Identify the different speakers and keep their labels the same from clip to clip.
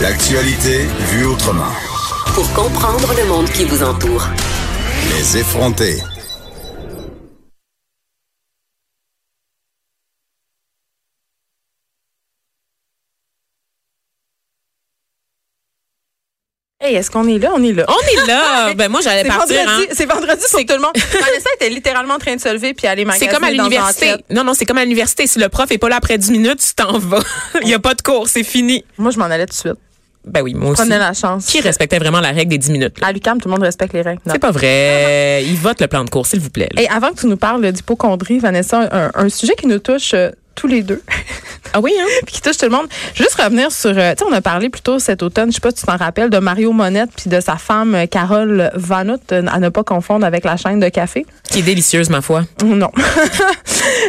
Speaker 1: L'actualité vue autrement.
Speaker 2: pour comprendre le monde qui vous entoure.
Speaker 1: Les effrontés.
Speaker 3: Hey, est-ce qu'on est là? On est là.
Speaker 4: On est là. ben moi j'allais
Speaker 3: C'est
Speaker 4: partir.
Speaker 3: vendredi,
Speaker 4: hein.
Speaker 3: c'est vendredi pour tout le monde. Vanessa était littéralement en train de se lever puis aller
Speaker 4: C'est
Speaker 3: magasiner
Speaker 4: comme à
Speaker 3: dans un
Speaker 4: l'université.
Speaker 3: outlet.
Speaker 4: Non non, c'est comme à l'université. Si le prof est pas là après 10 minutes, tu t'en vas. Il y a pas de cours, c'est fini.
Speaker 3: Moi, je m'en allais tout de suite.
Speaker 4: Ben oui, moi aussi.
Speaker 3: Prenez la chance.
Speaker 4: Qui respectait vraiment la règle des 10 minutes là?
Speaker 3: À l'UQAM, tout le monde respecte les règles. Non.
Speaker 4: C'est pas vrai. Ils votent le plan de cours, s'il vous plaît. là.
Speaker 3: Et avant que tu nous parles d'hypochondrie, Vanessa, un, un sujet qui nous touche euh, tous les deux,
Speaker 4: Ah oui hein.
Speaker 3: puis qui touche tout le monde. Je veux juste revenir sur, euh, tu sais, on a parlé plus tôt cet automne, je sais pas si tu t'en rappelles, de Mario Monette puis de sa femme euh, Carole Vanout, euh, à ne pas confondre avec la chaîne de café.
Speaker 4: Qui est délicieuse ma foi.
Speaker 3: Non.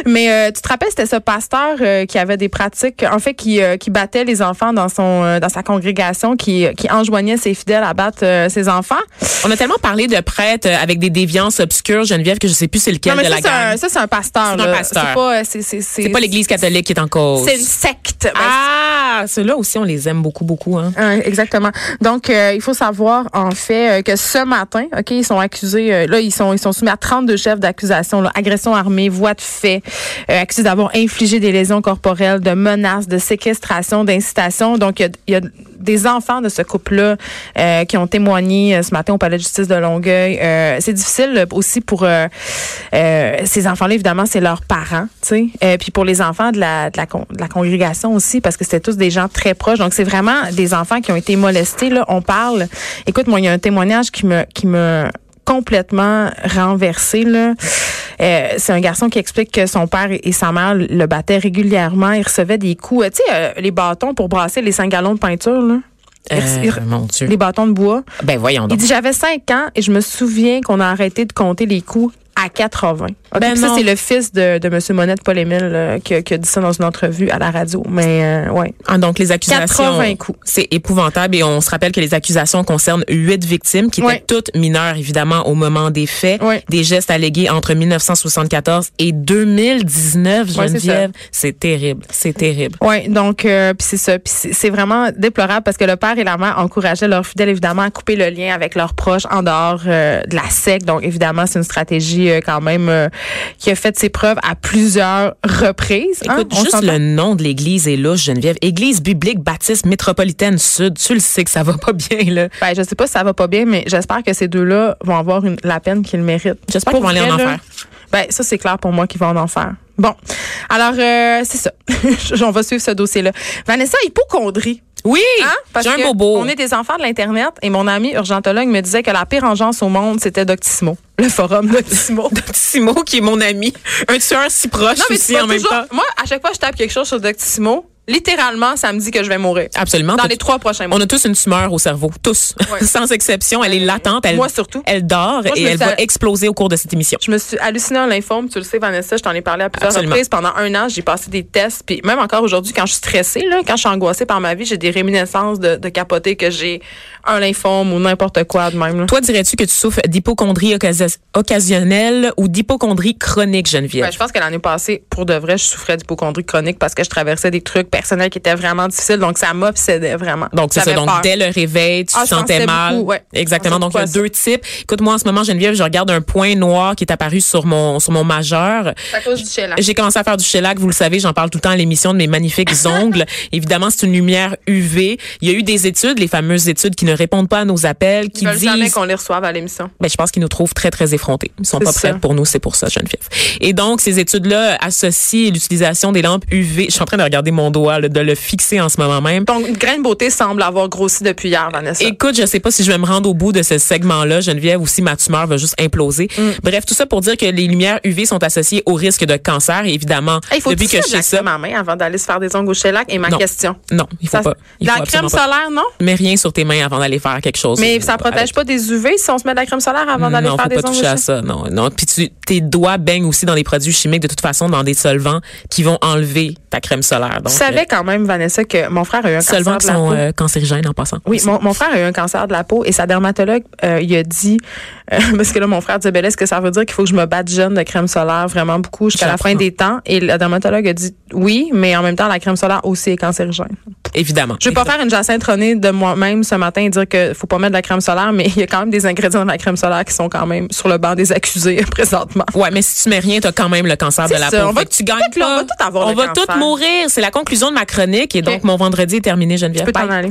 Speaker 3: Mais euh, tu te rappelles, c'était ce pasteur euh, qui avait des pratiques, en fait, qui, euh, qui battait les enfants dans son euh, dans sa congrégation, qui, euh, qui enjoignait ses fidèles à battre euh, ses enfants.
Speaker 4: On a tellement parlé de prêtres euh, avec des déviances obscures, Geneviève, que je sais plus c'est lequel
Speaker 3: Non, mais
Speaker 4: de
Speaker 3: ça,
Speaker 4: la
Speaker 3: c'est un,
Speaker 4: gang.
Speaker 3: ça, c'est un pasteur.
Speaker 4: C'est un
Speaker 3: là.
Speaker 4: pasteur.
Speaker 3: C'est pas, euh, c'est, c'est,
Speaker 4: C'est pas l'Église catholique qui est en cause.
Speaker 3: C'est une secte. Ben,
Speaker 4: Ah, ceux-là aussi on les aime beaucoup beaucoup hein.
Speaker 3: Ouais, Euh, exactement. Donc, euh, il faut savoir en fait euh, que ce matin, ok, ils sont accusés. euh, là, ils sont ils sont soumis à 32 chefs d'accusation, là, agression armée, voie de fait, euh, accusés d'avoir infligé des lésions corporelles, de menaces, de séquestration, d'incitation. Donc, il y a- il y, a des enfants de ce couple-là euh, qui ont témoigné euh, ce matin au palais de justice de Longueuil. Euh, c'est difficile euh, aussi pour euh, euh, ces enfants-là. Évidemment, c'est leurs parents, tu sais. Euh, puis pour les enfants de la, de la con- de la congrégation aussi, parce que c'était tous des gens très proches. Donc, c'est vraiment des enfants qui ont été molestés. Là, on parle. Écoute, moi, il y a un témoignage qui me, qui me complètement renversé là. Euh, c'est un garçon qui explique que son père et sa mère le battaient régulièrement. Il recevait des coups, euh, tu sais, euh, les bâtons pour brasser les 5 gallons de peinture, là. Il rece- il
Speaker 4: Euh,
Speaker 3: re-
Speaker 4: mon Dieu.
Speaker 3: les bâtons de bois.
Speaker 4: Ben voyons
Speaker 3: Il
Speaker 4: donc.
Speaker 3: dit j'avais 5 ans et je me souviens qu'on a arrêté de compter les coups à 80. Ok,
Speaker 4: Ben
Speaker 3: puis Ah, ça
Speaker 4: non.
Speaker 3: c'est le fils de, de M. Monette Paul Émile là, qui, a- qui a dit ça dans une entrevue à la radio. Mais euh, ouais.
Speaker 4: Ah, donc les accusations,
Speaker 3: 80 coups.
Speaker 4: c'est épouvantable et on se rappelle que les accusations concernent huit victimes qui étaient
Speaker 3: Ouais.
Speaker 4: toutes mineures évidemment au moment des faits,
Speaker 3: Ouais.
Speaker 4: des gestes allégués entre 1974 et 2019.
Speaker 3: Ouais, c'est
Speaker 4: Geneviève, c'est terrible, c'est terrible.
Speaker 3: Oui, donc euh, puis c'est ça, puis c'est c'est vraiment déplorable parce que le père et la mère encourageaient leurs fidèles évidemment à couper le lien avec leurs proches en dehors euh, de la SEC. Donc évidemment, c'est une stratégie euh, quand même euh, qui a fait ses preuves à plusieurs reprises. hein.
Speaker 4: Écoute,
Speaker 3: On
Speaker 4: juste
Speaker 3: s'entend?
Speaker 4: le nom de l'église est louche, Geneviève. Église biblique baptiste métropolitaine sud. Tu le sais que ça va pas bien là.
Speaker 3: Ben, je sais pas si ça va pas bien, mais j'espère que ces deux-là vont avoir une- la peine qu'ils méritent.
Speaker 4: J'espère
Speaker 3: Pour
Speaker 4: qu'ils vont aller
Speaker 3: vrai, là,
Speaker 4: en enfer.
Speaker 3: Ben, ça, c'est clair pour moi qu'ils vont en enfer. Bon. Alors, euh, c'est ça. On va suivre ce dossier-là. Vanessa, hypochondrie.
Speaker 4: Oui,
Speaker 3: Hein? Parce
Speaker 4: j'ai un
Speaker 3: que
Speaker 4: bobo.
Speaker 3: On est des enfants de l'Internet et mon ami urgentologue me disait que la pire engeance au monde, c'était Doctissimo. Le forum Doctissimo.
Speaker 4: Simo qui est mon ami, un tueur si proche aussi
Speaker 3: pas
Speaker 4: en même temps.
Speaker 3: Moi, à chaque fois que je tape quelque chose sur Doctissimo, littéralement, ça me dit que je vais mourir.
Speaker 4: Absolument.
Speaker 3: Dans
Speaker 4: T'as-
Speaker 3: les trois prochains mois.
Speaker 4: On a tous une tumeur au cerveau, tous,
Speaker 3: Ouais.
Speaker 4: sans exception. Elle est latente, elle,
Speaker 3: Moi surtout.
Speaker 4: elle dort
Speaker 3: Moi, je
Speaker 4: et
Speaker 3: me
Speaker 4: elle
Speaker 3: suis
Speaker 4: va
Speaker 3: a-
Speaker 4: exploser au cours de cette émission.
Speaker 3: Je me suis hallucinée en lymphome, tu le sais, Vanessa, je t'en ai parlé à plusieurs
Speaker 4: Absolument.
Speaker 3: reprises. Pendant un an, j'ai passé des tests, puis même encore aujourd'hui, quand je suis stressée, là, quand je suis angoissée par ma vie, j'ai des réminiscences de, de capoter que j'ai un lymphome ou n'importe quoi de même. là.
Speaker 4: Toi, dirais-tu que tu souffres d'hypochondrie occasion- occasionnelle ou d'hypochondrie chronique, Geneviève?
Speaker 3: Ben, je pense que l'année passée, pour de vrai, je souffrais d'hypochondrie chronique parce que je traversais des trucs personnels qui étaient vraiment difficiles, donc ça m'obsédait vraiment.
Speaker 4: Donc, c'est ça.
Speaker 3: J'avais
Speaker 4: Donc,
Speaker 3: peur.
Speaker 4: dès le réveil, tu
Speaker 3: Ah,
Speaker 4: te
Speaker 3: je pensais
Speaker 4: sentais mal.
Speaker 3: beaucoup, ouais.
Speaker 4: Exactement.
Speaker 3: Je pensais
Speaker 4: Donc, il y a
Speaker 3: beaucoup à
Speaker 4: deux types. Écoute, moi, en ce moment, Geneviève, je regarde un point noir qui est apparu sur mon, sur mon majeur.
Speaker 3: C'est à cause du hein. chélan.
Speaker 4: J'ai commencé à faire du shellac, vous le savez, j'en parle tout le temps à l'émission de mes magnifiques ongles. Évidemment, c'est une lumière UV. Il y a eu des études, les fameuses études qui ne répondent pas à nos appels, qui
Speaker 3: Ils veulent jamais
Speaker 4: disent
Speaker 3: qu'on les reçoive à l'émission.
Speaker 4: ben, je pense qu'ils nous trouvent très, très effrontés. Ils sont
Speaker 3: C'est
Speaker 4: pas
Speaker 3: ça.
Speaker 4: prêts pour nous, c'est pour ça, Geneviève. Et donc, ces études-là associent l'utilisation des lampes UV. Je suis en train de regarder mon doigt doigt, là, de le fixer en ce moment même.
Speaker 3: Ton grain de beauté semble avoir grossi depuis hier, Vanessa.
Speaker 4: Écoute, je sais pas si je vais me rendre au bout de ce segment-là, Geneviève, ou si ma tumeur va juste imploser.
Speaker 3: Mm.
Speaker 4: Bref, tout ça pour dire que les lumières UV sont associées au risque de cancer, et évidemment.
Speaker 3: Hey, il faut
Speaker 4: depuis
Speaker 3: que
Speaker 4: que je sais ça.
Speaker 3: ma main avant d'aller se faire des ongles au shellac et ma
Speaker 4: Non.
Speaker 3: question.
Speaker 4: Non, il faut
Speaker 3: Ça-
Speaker 4: pas. Il
Speaker 3: la
Speaker 4: faut
Speaker 3: crème
Speaker 4: absolument pas.
Speaker 3: solaire, non?
Speaker 4: Mets rien sur tes mains avant d'aller faire quelque chose.
Speaker 3: Mais ça
Speaker 4: Euh,
Speaker 3: protège
Speaker 4: avec-
Speaker 3: pas des UV si on se met de la crème solaire avant d'aller
Speaker 4: non,
Speaker 3: faire
Speaker 4: faut
Speaker 3: des
Speaker 4: pas
Speaker 3: ongles au
Speaker 4: toucher à
Speaker 3: shellac?
Speaker 4: ça, non, non. Puis tu, tes doigts baignent aussi dans des produits chimiques, de toute façon, dans des solvants qui vont enlever ta crème solaire. Donc,
Speaker 3: Tu savais quand même, Vanessa, que mon frère a eu un
Speaker 4: euh, solvants
Speaker 3: cancer
Speaker 4: qui
Speaker 3: de la
Speaker 4: sont
Speaker 3: peau.
Speaker 4: euh, cancérigènes en passant.
Speaker 3: Oui, mon, mon frère a eu un cancer de la peau et sa dermatologue, euh, il a dit, euh, parce que là, mon frère disait, ben là, est-ce que ça veut dire qu'il faut que je me batte jeune de crème solaire vraiment beaucoup jusqu'à la fin
Speaker 4: J'apprends.
Speaker 3: des temps? Et la dermatologue a dit, oui, mais en même temps, la crème solaire aussi est cancérigène.
Speaker 4: Évidemment.
Speaker 3: Je vais pas faire une jacinthe René de moi-même ce matin et dire que faut pas mettre de la crème solaire, mais il y a quand même des ingrédients de la crème solaire qui sont quand même sur le banc des accusés présentement.
Speaker 4: Ouais, mais si tu mets rien, t'as quand même le cancer de
Speaker 3: C'est
Speaker 4: la
Speaker 3: ça,
Speaker 4: peau.
Speaker 3: on va
Speaker 4: Fait que tu gagnes
Speaker 3: tout-
Speaker 4: pas.
Speaker 3: on va tout avoir
Speaker 4: On
Speaker 3: le
Speaker 4: va
Speaker 3: cancer.
Speaker 4: toutes mourir. C'est la conclusion de ma chronique. Et donc,
Speaker 3: Ok.
Speaker 4: mon vendredi est terminé, Geneviève.
Speaker 3: Je peux t'en
Speaker 4: Bye.
Speaker 3: aller.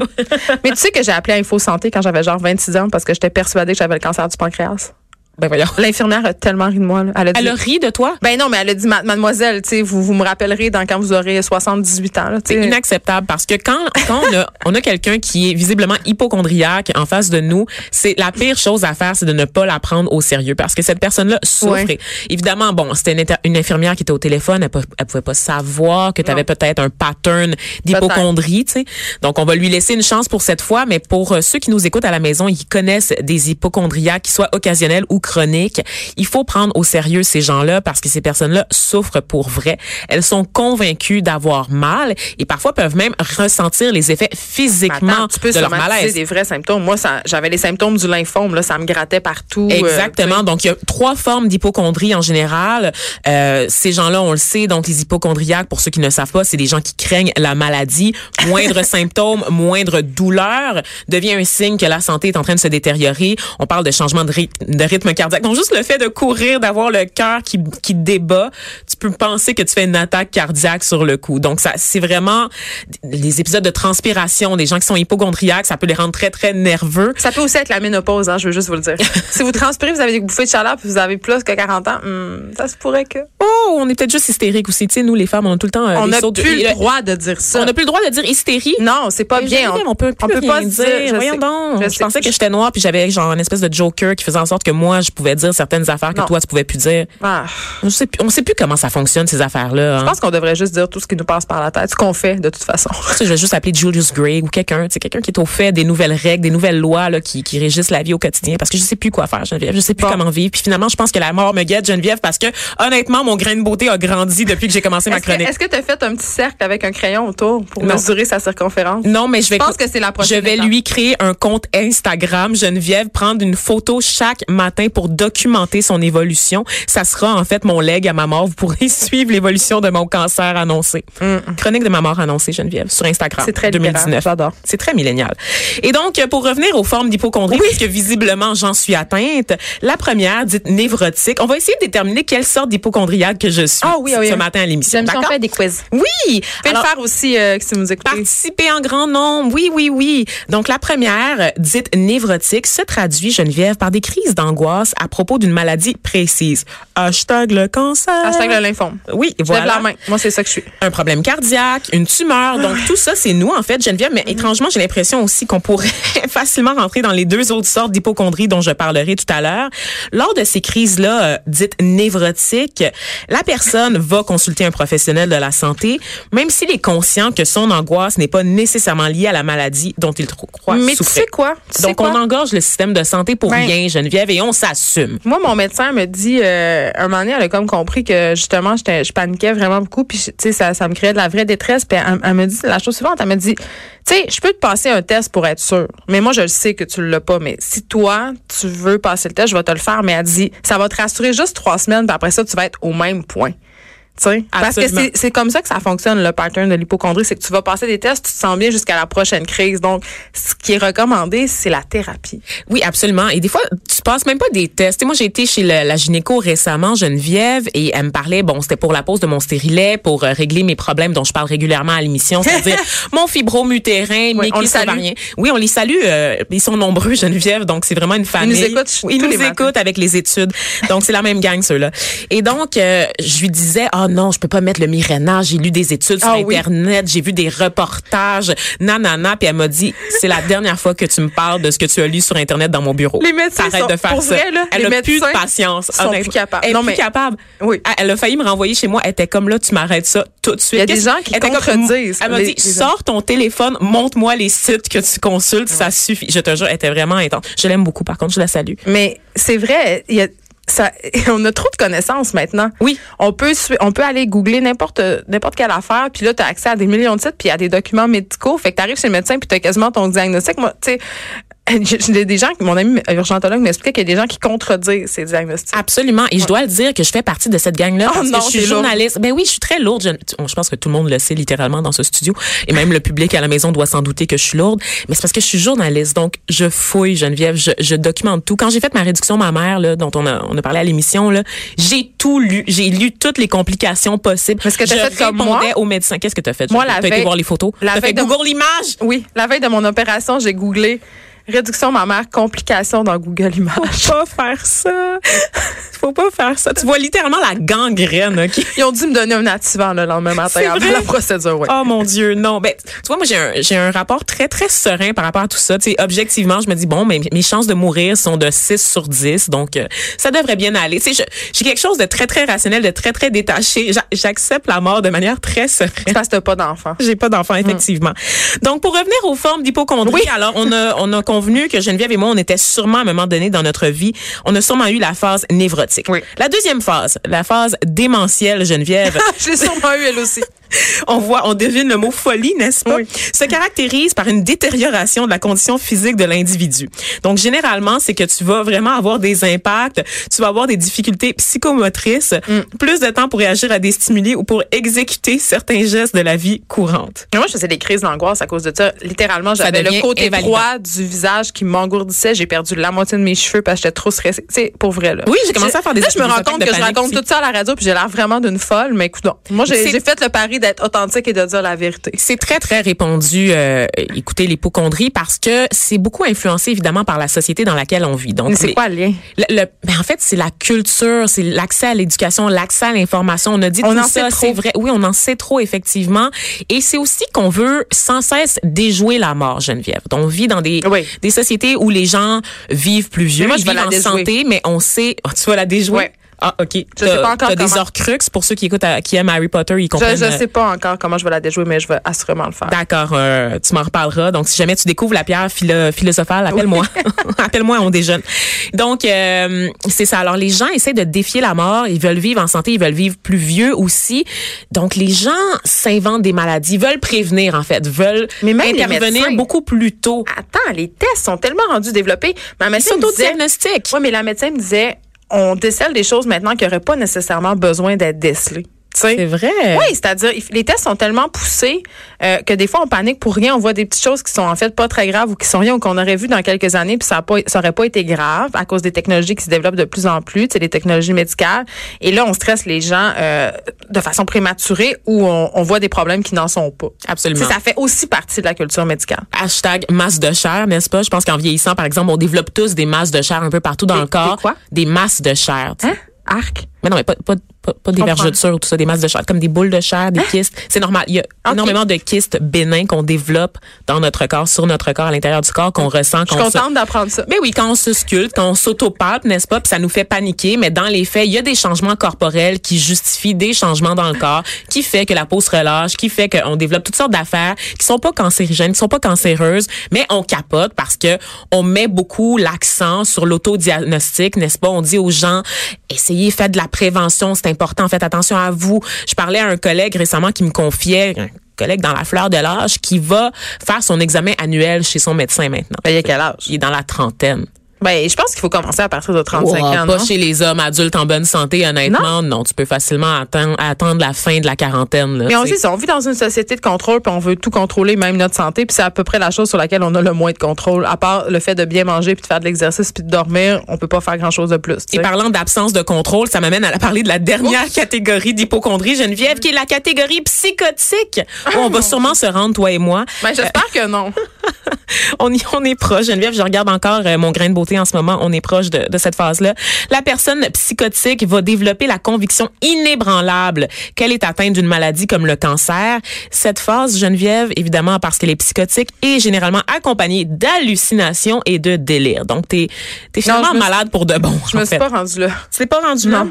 Speaker 3: mais tu sais que j'ai appelé Info Santé quand j'avais genre 26 ans parce que j'étais persuadée que j'avais le cancer du pancréas.
Speaker 4: Ben voyons.
Speaker 3: L'infirmière a tellement ri de moi. là. Elle a dit,
Speaker 4: Elle a ri de toi.
Speaker 3: Ben non, mais elle a dit, Ma- mademoiselle, tu sais, vous, vous me rappellerez dans quand vous aurez 78 ans. là, tu
Speaker 4: C'est
Speaker 3: sais.
Speaker 4: inacceptable parce que quand, quand on a, on a quelqu'un qui est visiblement hypochondriaque en face de nous, c'est la pire chose à faire, c'est de ne pas la prendre au sérieux parce que cette personne-là souffre.
Speaker 3: Ouais.
Speaker 4: Et Évidemment, bon, c'était une, inter- une infirmière qui était au téléphone, elle, po- elle pouvait pas savoir que tu avais
Speaker 3: Non.
Speaker 4: peut-être un pattern d'hypochondrie, tu sais. Donc, on va lui laisser une chance pour cette fois, mais pour euh, ceux qui nous écoutent à la maison, ils connaissent des hypochondriaques, qu'ils soient occasionnels ou chroniques. Il faut prendre au sérieux ces gens-là parce que ces personnes-là souffrent pour vrai. Elles sont convaincues d'avoir mal et parfois peuvent même ressentir les effets
Speaker 3: Mais attends,
Speaker 4: physiquement
Speaker 3: tu peux
Speaker 4: de leur
Speaker 3: somatiser
Speaker 4: malaise.
Speaker 3: des vrais symptômes. Moi, ça- j'avais les symptômes du lymphome, là, ça me grattait partout. euh,
Speaker 4: Exactement. Donc, il y a trois formes d'hypochondrie en général. Euh, ces gens-là, on le sait, donc les hypochondriaques, pour ceux qui ne savent pas, c'est des gens qui craignent la maladie. Moindre symptôme, moindre douleur devient un signe que la santé est en train de se détériorer. On parle de changement de rythme, de rythme cardiaque. Donc, juste le fait de courir, d'avoir le cœur qui, qui débat, tu peux penser que tu fais une attaque cardiaque sur le coup. Donc, ça, c'est vraiment les épisodes de transpiration des gens qui sont hypochondriaques, ça peut les rendre très, très nerveux.
Speaker 3: Ça peut aussi être la ménopause, hein, je veux juste vous le dire. si vous transpirez, vous avez des bouffées de chaleur, puis vous avez plus que 40 ans, hum, ça se pourrait que.
Speaker 4: Oh, on est peut-être juste hystérique aussi. Tu sais, nous, les femmes, on a tout le temps euh,
Speaker 3: on
Speaker 4: des
Speaker 3: n'a
Speaker 4: sauts de-
Speaker 3: plus
Speaker 4: et
Speaker 3: le
Speaker 4: le-
Speaker 3: droit de dire ça.
Speaker 4: On n'a plus le droit de dire hystérie.
Speaker 3: Non, c'est pas
Speaker 4: Mais
Speaker 3: bien.
Speaker 4: Geneviève, on, peut, plus
Speaker 3: peut
Speaker 4: rien
Speaker 3: pas se
Speaker 4: dire.
Speaker 3: dire. je
Speaker 4: Voyons
Speaker 3: sais.
Speaker 4: donc.
Speaker 3: Je
Speaker 4: Je,
Speaker 3: sais.
Speaker 4: pensais que j'étais noire puis j'avais genre une espèce de joker qui faisait en sorte que moi je pouvais dire certaines affaires que
Speaker 3: Non.
Speaker 4: toi tu pouvais plus dire.
Speaker 3: Ah,
Speaker 4: Je sais plus, on sait plus comment ça fonctionne ces hein. affaires là.
Speaker 3: je pense qu'on devrait juste dire tout ce qui nous passe par la tête, ce qu'on fait de toute façon.
Speaker 4: je vais juste appeler Julius Gray ou quelqu'un, tu sais, quelqu'un qui est au fait des nouvelles règles, des nouvelles lois là, qui, qui régissent la vie au quotidien parce que je sais plus quoi faire, Geneviève, je sais plus
Speaker 3: Bon.
Speaker 4: comment vivre. Puis finalement, je pense que la mort me guette, Geneviève, parce que honnêtement, mon grain de beauté a grandi depuis que j'ai commencé ma
Speaker 3: Est-ce que-
Speaker 4: chronique.
Speaker 3: Est-ce que tu as fait un petit cercle avec un crayon autour pour
Speaker 4: Non.
Speaker 3: mesurer sa circonférence?
Speaker 4: Non, mais je vais.
Speaker 3: Je pense que c'est la prochaine
Speaker 4: Je vais
Speaker 3: étape.
Speaker 4: lui créer un compte Instagram, Geneviève, prendre une photo chaque matin pour documenter son évolution. Ça sera en fait mon leg à ma mort. Vous pourrez suivre l'évolution de mon cancer annoncé. Chronique de ma mort annoncée, Geneviève, sur Instagram.
Speaker 3: Mm. C'est très libéral.
Speaker 4: 2019.
Speaker 3: J'adore.
Speaker 4: C'est très millénial. Et donc, euh, pour revenir aux formes d'hypochondrie, puisque visiblement j'en suis atteinte, la première, dite névrotique, on va essayer de déterminer quelle sorte d'hypochondriaque que je suis
Speaker 3: Ah oui, ah oui.
Speaker 4: ce matin à l'émission.
Speaker 3: J'aime ça, on
Speaker 4: D'accord?
Speaker 3: fait des quiz.
Speaker 4: Oui!
Speaker 3: Fais
Speaker 4: Alors-
Speaker 3: le faire aussi euh, si vous nous écoutez.
Speaker 4: Participer en grand nombre, oui, oui, oui. Donc, la première, euh, dite névrotique, se traduit, Geneviève, par des crises d'angoisse à propos d'une maladie précise. Hashtag le cancer.
Speaker 3: Hashtag le lymphome.
Speaker 4: Oui,
Speaker 3: Je lève la
Speaker 4: voilà.
Speaker 3: main. Moi, c'est ça que je suis.
Speaker 4: Un problème cardiaque, une tumeur. Donc, tout ça, c'est nous, en fait, Geneviève.
Speaker 3: Mhm.
Speaker 4: Mais étrangement, j'ai l'impression aussi qu'on pourrait facilement rentrer dans les deux autres sortes d'hypochondrie dont je parlerai tout à l'heure. Lors de ces crises-là, euh, dites névrotiques, la personne va consulter un professionnel de la santé, même s'il est conscient que son angoisse n'est pas nécessairement liée à la maladie dont il tro- croit
Speaker 3: Mais tu
Speaker 4: souffrir.
Speaker 3: sais quoi? Tu sais
Speaker 4: Donc,
Speaker 3: quoi?
Speaker 4: on engorge le système de santé pour
Speaker 3: Ben-
Speaker 4: rien, Geneviève, et on s'assume.
Speaker 3: Moi, mon médecin me dit, euh, un moment donné, elle a comme compris que justement, j'étais- je paniquais vraiment beaucoup, puis tu sais, ça, ça me créait de la vraie détresse. Puis elle, elle me dit la chose suivante, elle me dit, tu sais, je peux te passer un test pour être sûre, mais moi, je le sais que tu l'as pas, mais si toi, tu veux passer le test, je vais te le faire, mais elle dit, ça va te rassurer juste trois semaines, puis après ça, tu vas être au même point. Tu sais, Parce que
Speaker 4: Absolument.
Speaker 3: c'est c'est comme ça que ça fonctionne, le pattern de l'hypochondrie, c'est que tu vas passer des tests, tu te sens bien jusqu'à la prochaine crise. Donc, ce qui est recommandé, c'est la thérapie.
Speaker 4: Oui, absolument. Et des fois, tu passes même pas des tests. Tu sais, moi, j'ai été chez le- la gynéco récemment, Geneviève, et elle me parlait, bon, c'était pour la pose de mon stérilet, pour euh, régler mes problèmes dont je parle régulièrement à l'émission, c'est-à-dire mon fibromutérin, mes
Speaker 3: on les
Speaker 4: kystes
Speaker 3: salue.
Speaker 4: ovariens. Oui, on les salue. euh, ils sont nombreux, Geneviève, donc c'est vraiment une famille.
Speaker 3: écoutent ch-
Speaker 4: Oui, ils
Speaker 3: tous
Speaker 4: nous
Speaker 3: les matins.
Speaker 4: écoutent avec les études. Donc, c'est la même gang, ceux-là. Et donc, euh, je lui disais, ah non, je peux pas mettre le mirénage. J'ai lu des études sur
Speaker 3: Ah oui.
Speaker 4: Internet, j'ai vu des reportages, nanana. Puis elle m'a dit, c'est la dernière fois que tu me parles de ce que tu as lu sur Internet dans mon bureau.
Speaker 3: Les médecins
Speaker 4: T'arrêtes
Speaker 3: sont-
Speaker 4: de faire
Speaker 3: pour
Speaker 4: ça.
Speaker 3: vrai, là,
Speaker 4: elle
Speaker 3: les
Speaker 4: a plus de
Speaker 3: médecins
Speaker 4: patience.
Speaker 3: sont
Speaker 4: honnêtement.
Speaker 3: plus capables.
Speaker 4: Elle est
Speaker 3: Non,
Speaker 4: plus
Speaker 3: mais-
Speaker 4: capable.
Speaker 3: Oui.
Speaker 4: Elle- Elle a failli me renvoyer chez moi. Elle était comme là, tu m'arrêtes ça tout de suite.
Speaker 3: Il y a des
Speaker 4: Qu'est-ce-
Speaker 3: gens qui
Speaker 4: elle était comme-
Speaker 3: contredisent
Speaker 4: Elle m'a
Speaker 3: les-
Speaker 4: dit,
Speaker 3: les-
Speaker 4: sors ton téléphone, montre-moi les sites que tu consultes, ça suffit. Je te jure, elle était vraiment intense. Je l'aime beaucoup, par contre, je la salue.
Speaker 3: Mais c'est vrai, il y a- ça, on a trop de connaissances maintenant.
Speaker 4: Oui.
Speaker 3: On peut, su- on peut aller googler n'importe n'importe quelle affaire, puis là, tu as accès à des millions de sites, puis à des documents médicaux. Fait que tu arrives chez le médecin, puis tu as quasiment ton diagnostic. Moi, tu sais, j'ai des gens, qui- mon ami euh, urgentologue m'expliquait qu'il y a des gens qui contredisent ces diagnostics.
Speaker 4: Absolument. Et je dois le dire que je fais partie de cette gang-là
Speaker 3: Oh
Speaker 4: parce
Speaker 3: non,
Speaker 4: que je suis
Speaker 3: t'es lourde.
Speaker 4: journaliste. Ben oui, je suis très lourde. Je, je pense que tout le monde le sait littéralement dans ce studio. Et même le public à la maison doit s'en douter que je suis lourde. Mais c'est parce que je suis journaliste. Donc, je fouille, Geneviève. Je, je documente tout. Quand j'ai fait ma réduction mammaire, là, dont on a, on a parlé à l'émission, là, j'ai tout lu. J'ai lu toutes les complications possibles.
Speaker 3: Parce que t'as
Speaker 4: je
Speaker 3: fait comme
Speaker 4: répondais
Speaker 3: moi.
Speaker 4: au médecin. Qu'est-ce que t'as fait?
Speaker 3: Moi,
Speaker 4: Geneviève?
Speaker 3: la
Speaker 4: T'as été
Speaker 3: veille-
Speaker 4: voir les photos.
Speaker 3: la
Speaker 4: T'as fait
Speaker 3: veille de-
Speaker 4: Google l'image.
Speaker 3: Oui, la veille de mon opération, j'ai googlé réduction mammaire complications dans Google Images.
Speaker 4: Faut pas faire ça. Faut pas faire ça. Tu vois littéralement la gangrène, OK?
Speaker 3: Ils ont dû me donner un activant le lendemain matin
Speaker 4: C'est
Speaker 3: après
Speaker 4: vrai?
Speaker 3: la procédure, oui.
Speaker 4: Oh mon Dieu, non. Ben, tu vois, moi, j'ai un, j'ai un rapport très, très serein par rapport à tout ça. Tu sais, objectivement, je me dis, bon, mais mes chances de mourir sont de 6 sur 10, donc euh, ça devrait bien aller. Tu sais, je- j'ai quelque chose de très, très rationnel, de très, très détaché. J'a- J'accepte la mort de manière très
Speaker 3: C'est
Speaker 4: sereine.
Speaker 3: parce que t'as pas d'enfant.
Speaker 4: J'ai pas d'enfant, effectivement. Donc, pour revenir aux formes d'hypochondrie, alors, on a, on a convenu que Geneviève et moi, on était sûrement, à un moment donné, dans notre vie, on a sûrement eu la phase névrotique.
Speaker 3: Oui.
Speaker 4: La deuxième phase, la phase démentielle, Geneviève.
Speaker 3: Je l'ai sûrement eu, elle aussi.
Speaker 4: on voit, on devine le mot folie, n'est-ce pas?
Speaker 3: Oui.
Speaker 4: Se caractérise par une détérioration de la condition physique de l'individu. Donc, généralement, c'est que tu vas vraiment avoir des impacts, tu vas avoir des difficultés psychomotrices, plus de temps pour réagir à des stimuli ou pour exécuter certains gestes de la vie courante.
Speaker 3: Mais Moi, je faisais des crises d'angoisse à cause de ça. Littéralement,
Speaker 4: Ça
Speaker 3: j'avais le
Speaker 4: devient
Speaker 3: côté
Speaker 4: invalidant.
Speaker 3: droit du visage qui m'engourdissait. J'ai perdu la moitié de mes cheveux parce que j'étais trop stressée. Tu sais, pour vrai, là.
Speaker 4: Oui, j'ai commencé à faire des-
Speaker 3: Là, je me
Speaker 4: des
Speaker 3: rends
Speaker 4: attaques
Speaker 3: compte
Speaker 4: de
Speaker 3: que je
Speaker 4: panique
Speaker 3: raconte
Speaker 4: aussi.
Speaker 3: tout ça à la radio puis j'ai l'air vraiment d'une folle, mais écoute, moi, j'ai
Speaker 4: C'est-
Speaker 3: j'ai fait le pari d'être authentique et de dire la vérité.
Speaker 4: C'est très, très répandu, euh, écoutez, l'hypochondrie, parce que c'est beaucoup influencé, évidemment, par la société dans laquelle on vit. Donc,
Speaker 3: Mais c'est
Speaker 4: les-
Speaker 3: quoi le lien?
Speaker 4: Le- le- ben, en fait, c'est la culture, c'est l'accès à l'éducation, l'accès à l'information. On a dit
Speaker 3: On
Speaker 4: tout
Speaker 3: en sait
Speaker 4: ça,
Speaker 3: trop.
Speaker 4: c'est vrai. Oui, on en sait trop effectivement. Et c'est aussi qu'on veut sans cesse déjouer la mort, Geneviève. Donc, on vit dans des
Speaker 3: Oui.
Speaker 4: des sociétés où les gens vivent plus vieux,
Speaker 3: Mais moi,
Speaker 4: ils
Speaker 3: je vais
Speaker 4: vivent
Speaker 3: la
Speaker 4: en
Speaker 3: déjouer.
Speaker 4: santé, mais on sait. Ah, tu vas la déjouer.
Speaker 3: Ouais.
Speaker 4: Ah, ok.
Speaker 3: Je sais pas encore
Speaker 4: T'as des
Speaker 3: comment.
Speaker 4: horcruxes pour ceux qui écoutent, à- qui aiment Harry Potter, ils
Speaker 3: Je,
Speaker 4: comprennent.
Speaker 3: je
Speaker 4: euh,
Speaker 3: sais pas encore comment je vais la déjouer, mais je vais assurément le faire.
Speaker 4: D'accord, euh, tu m'en reparleras. Donc, si jamais tu découvres la pierre philo- philosophale, appelle-moi. appelle-moi, on déjeune. Donc, euh, c'est ça. Alors, les gens essaient de défier la mort. Ils veulent vivre en santé. Ils veulent vivre plus vieux aussi. Donc, les gens s'inventent des maladies, veulent prévenir, en fait, veulent
Speaker 3: Mais même les
Speaker 4: intervenir
Speaker 3: médecins.
Speaker 4: beaucoup plus tôt.
Speaker 3: Attends, les tests sont tellement rendus développés. Ma
Speaker 4: Ils
Speaker 3: médecin me disait-
Speaker 4: s'autodiagnostiquent.
Speaker 3: Oui, mais la médecin me disait, on décèle des choses maintenant qui n'auraient pas nécessairement besoin d'être décelées. Tu sais?
Speaker 4: C'est vrai.
Speaker 3: Oui, c'est-à-dire, il- les tests sont tellement poussés euh, que des fois, on panique pour rien. On voit des petites choses qui sont en fait pas très graves ou qui sont rien ou qu'on aurait vu dans quelques années, puis ça a pas- ça aurait pas été grave à cause des technologies qui se développent de plus en plus, tu sais, les technologies médicales. Et là, on stresse les gens euh, de façon prématurée ou on, on voit des problèmes qui n'en sont pas.
Speaker 4: Absolument.
Speaker 3: Tu sais, Ça fait aussi partie de la culture médicale.
Speaker 4: Hashtag masse de chair, n'est-ce pas? Je pense qu'en vieillissant, par exemple, on développe tous des masses de chair un peu partout dans
Speaker 3: Des-
Speaker 4: le corps.
Speaker 3: des quoi?
Speaker 4: Des masses de chair. tu sais.
Speaker 3: Hein? Arc?
Speaker 4: Mais non, mais pas, pas, pas, pas des
Speaker 3: Comprends. Ah!
Speaker 4: vergetures ou tout ça, des masses de chair, comme des boules de chair, des kystes. C'est normal. Il y a
Speaker 3: Ok.
Speaker 4: énormément de kystes bénins qu'on développe dans notre corps, sur notre corps, à l'intérieur du corps, qu'on ressent,
Speaker 3: Je
Speaker 4: qu'on
Speaker 3: suis
Speaker 4: se-
Speaker 3: contente d'apprendre ça.
Speaker 4: Mais oui, quand on se sculpte, quand on s'autopalpe, n'est-ce pas, puis ça nous fait paniquer, mais dans les faits, il y a des changements corporels qui justifient des changements dans le
Speaker 3: Ah.
Speaker 4: corps, qui fait que la peau se relâche, qui fait qu'on développe toutes sortes d'affaires qui sont pas cancérigènes, qui sont pas cancéreuses, mais on capote parce que on met beaucoup l'accent sur l'autodiagnostic, n'est-ce pas? On dit aux gens, essayez, faites de la prévention, c'est important, faites attention à vous. Je parlais à un collègue récemment qui me confiait, un collègue dans la fleur de l'âge, qui va faire son examen annuel chez son médecin maintenant.
Speaker 3: Ben, il y a quel âge?
Speaker 4: Il est dans la trentaine.
Speaker 3: Ben, je pense qu'il faut commencer à partir de 35
Speaker 4: Wow,
Speaker 3: ans.
Speaker 4: pas
Speaker 3: non?
Speaker 4: chez les hommes adultes en bonne santé, honnêtement. Non, tu peux facilement attendre, attendre la fin de la quarantaine. Là,
Speaker 3: Mais on
Speaker 4: tu sais.
Speaker 3: sait, ça, on vit dans une société de contrôle, puis on veut tout contrôler, même notre santé, puis c'est à peu près la chose sur laquelle on a le moins de contrôle. À part le fait de bien manger, puis de faire de l'exercice, puis de dormir, on peut pas faire grand-chose de plus. tu
Speaker 4: Et
Speaker 3: sais.
Speaker 4: parlant d'absence de contrôle, ça m'amène à la- parler de la dernière catégorie d'hypochondrie, Geneviève, qui est la
Speaker 3: Ah,
Speaker 4: catégorie psychotique. où on va sûrement se rendre, toi et moi.
Speaker 3: Ben, j'espère que non.
Speaker 4: on, y, on est proche. Geneviève, je regarde encore euh, mon grain de beauté en ce moment. On est proche de, de cette phase-là. La personne psychotique va développer la conviction inébranlable qu'elle est atteinte d'une maladie comme le cancer. Cette phase, Geneviève, évidemment, parce qu'elle est psychotique, est généralement accompagnée d'hallucinations et de délires. Donc, t'es es
Speaker 3: je
Speaker 4: finalement
Speaker 3: me suis-
Speaker 4: malade pour de bon.
Speaker 3: Je me
Speaker 4: en
Speaker 3: suis
Speaker 4: fait.
Speaker 3: pas rendue là.
Speaker 4: Tu t'es pas rendu là?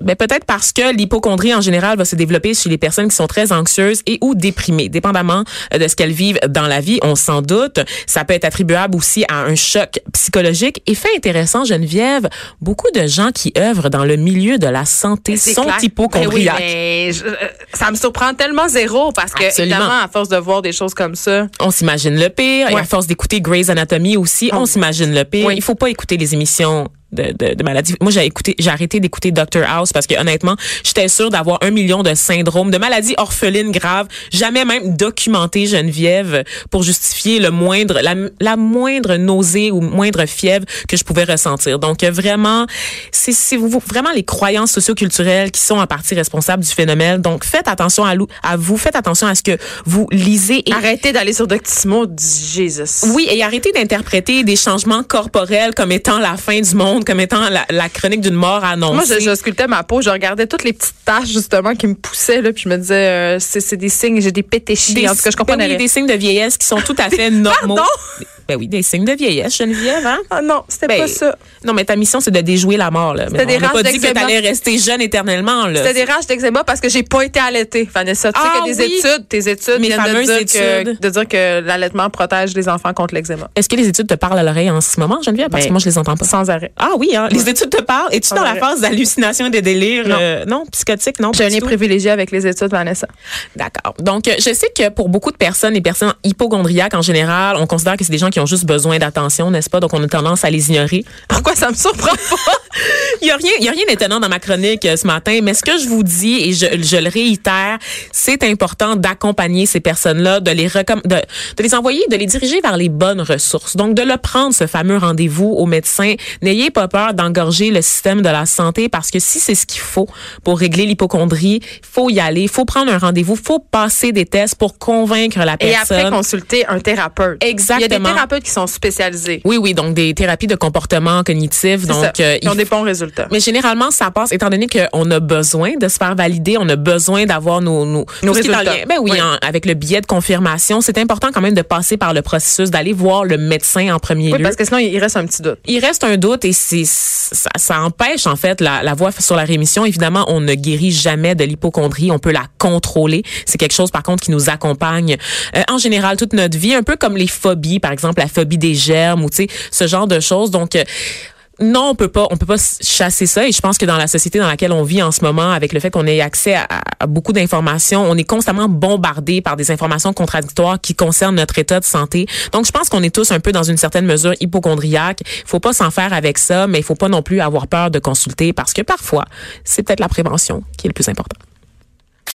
Speaker 4: Ben, peut-être parce que l'hypochondrie en général va se développer chez les personnes qui sont très anxieuses et ou déprimées, dépendamment euh, de ce qu'elles vivent dans la vie, on s'en doute. Ça peut être attribuable aussi à un choc psychologique. Et fait intéressant, Geneviève, beaucoup de gens qui œuvrent dans le milieu de la santé
Speaker 3: C'est
Speaker 4: sont
Speaker 3: clair.
Speaker 4: hypochondriaques.
Speaker 3: Ben oui, mais je- euh, ça me surprend tellement zéro parce que,
Speaker 4: Absolument.
Speaker 3: évidemment, à force de voir des choses comme ça,
Speaker 4: On s'imagine le pire. Et
Speaker 3: Ouais. Oh.
Speaker 4: à force d'écouter Grey's Anatomy aussi, on s'imagine le pire.
Speaker 3: Oui.
Speaker 4: Il faut pas écouter les émissions de, de, de maladies. Moi, j'ai écouté, j'ai arrêté d'écouter Dr House parce que honnêtement, j'étais sûre d'avoir un million de syndromes, de maladies orphelines graves, jamais même documentées, Geneviève, pour justifier le moindre, la, la moindre nausée ou moindre fièvre que je pouvais ressentir. Donc euh, vraiment, c'est c'est vous- vraiment les croyances socioculturelles qui sont en partie responsables du phénomène. Donc faites attention à, lou- à vous, faites attention à ce que vous lisez et
Speaker 3: arrêtez d'aller sur Doctissimo, Jesus.
Speaker 4: oui, et arrêtez d'interpréter des changements corporels comme étant la fin du monde, comme étant la, la chronique d'une mort annoncée.
Speaker 3: Moi, je, je sculptais ma peau, je regardais toutes les petites taches, justement, qui me poussaient, là, puis je me disais, euh, c'est c'est des signes, j'ai des pétéchis.
Speaker 4: des,
Speaker 3: en tout cas, je
Speaker 4: ben
Speaker 3: comprenais
Speaker 4: oui,
Speaker 3: rien.
Speaker 4: des signes de vieillesse qui sont tout à fait normaux.
Speaker 3: Pardon?
Speaker 4: Ben oui, des signes de vieillesse, Geneviève, hein?
Speaker 3: Ah non, c'était
Speaker 4: Ben,
Speaker 3: pas ça.
Speaker 4: Non, mais ta mission, c'est de déjouer la mort, là. Mais
Speaker 3: des
Speaker 4: on n'a
Speaker 3: races
Speaker 4: pas dit que
Speaker 3: d'eczéma.
Speaker 4: t'allais rester jeune éternellement, là.
Speaker 3: C'était des rages d'eczéma parce que j'ai pas été allaitée, Vanessa. Tu sais
Speaker 4: Ah
Speaker 3: que des
Speaker 4: oui.
Speaker 3: études, tes études
Speaker 4: Mes
Speaker 3: viennent de
Speaker 4: fameuses
Speaker 3: dire,
Speaker 4: études.
Speaker 3: Que, de dire que l'allaitement protège les enfants contre l'eczéma.
Speaker 4: Est-ce que les études te parlent à l'oreille en ce moment, Geneviève? Parce
Speaker 3: Ben,
Speaker 4: que moi, je les entends pas.
Speaker 3: Sans arrêt.
Speaker 4: Ah oui, hein? Les études te parlent. Es-tu
Speaker 3: Sans
Speaker 4: dans la
Speaker 3: arrêt.
Speaker 4: phase d'hallucination et de délire?
Speaker 3: Non.
Speaker 4: euh, non, psychotique, non?
Speaker 3: J'ai
Speaker 4: pas
Speaker 3: un
Speaker 4: du
Speaker 3: lien
Speaker 4: tout?
Speaker 3: privilégié avec les études, Vanessa.
Speaker 4: D'accord. Donc, euh, je sais que pour beaucoup de personnes, les personnes hypochondriaques en général, on considère que c'est des gens qui ont juste besoin d'attention, n'est-ce pas? Donc, on a tendance à les ignorer.
Speaker 3: Pourquoi ça me surprend pas?
Speaker 4: Il y a rien, il y a rien d'étonnant dans ma chronique euh, ce matin, mais ce que je vous dis et je, je le réitère, c'est important d'accompagner ces personnes-là, de les recomm- de, de les envoyer, de les diriger vers les bonnes ressources. Donc, de le prendre ce fameux rendez-vous au médecin. N'ayez pas peur d'engorger le système de la santé parce que si c'est ce qu'il faut pour régler l'hypochondrie, faut y aller, faut prendre un rendez-vous, faut passer des tests pour convaincre la
Speaker 3: Et
Speaker 4: personne.
Speaker 3: après, consulter un thérapeute. Il y a des
Speaker 4: Exactement.
Speaker 3: thérapeutes qui sont spécialisés.
Speaker 4: oui, oui, donc des thérapies de comportement cognitif.
Speaker 3: C'est
Speaker 4: Donc,
Speaker 3: ça.
Speaker 4: euh,
Speaker 3: Ils ont
Speaker 4: il
Speaker 3: des bons résultats.
Speaker 4: Mais généralement, ça passe, étant donné qu'on a besoin de se faire valider, on a besoin d'avoir nos, nos,
Speaker 3: Nos
Speaker 4: tout ce qui est en
Speaker 3: résultats.
Speaker 4: lien- Ben oui,
Speaker 3: Oui.
Speaker 4: en- avec le billet de confirmation, c'est important quand même de passer par le processus, d'aller voir le médecin en premier
Speaker 3: Oui,
Speaker 4: lieu.
Speaker 3: parce que sinon, il reste un petit doute.
Speaker 4: Il reste un doute et c'est ça, ça empêche en fait la, la voie sur la rémission. Évidemment, on ne guérit jamais de l'hypochondrie, on peut la contrôler. C'est quelque chose par contre qui nous accompagne euh, en général toute notre vie, un peu comme les phobies, par exemple la phobie des germes ou tu sais ce genre de choses. Donc euh, non, on peut pas, on peut pas chasser ça. Et je pense que dans la société dans laquelle on vit en ce moment, avec le fait qu'on ait accès à, à beaucoup d'informations, on est constamment bombardé par des informations contradictoires qui concernent notre état de santé. Donc, je pense qu'on est tous un peu dans une certaine mesure hypochondriaque. Faut pas s'en faire avec ça, mais il faut pas non plus avoir peur de consulter parce que parfois, c'est peut-être la prévention qui est le plus important.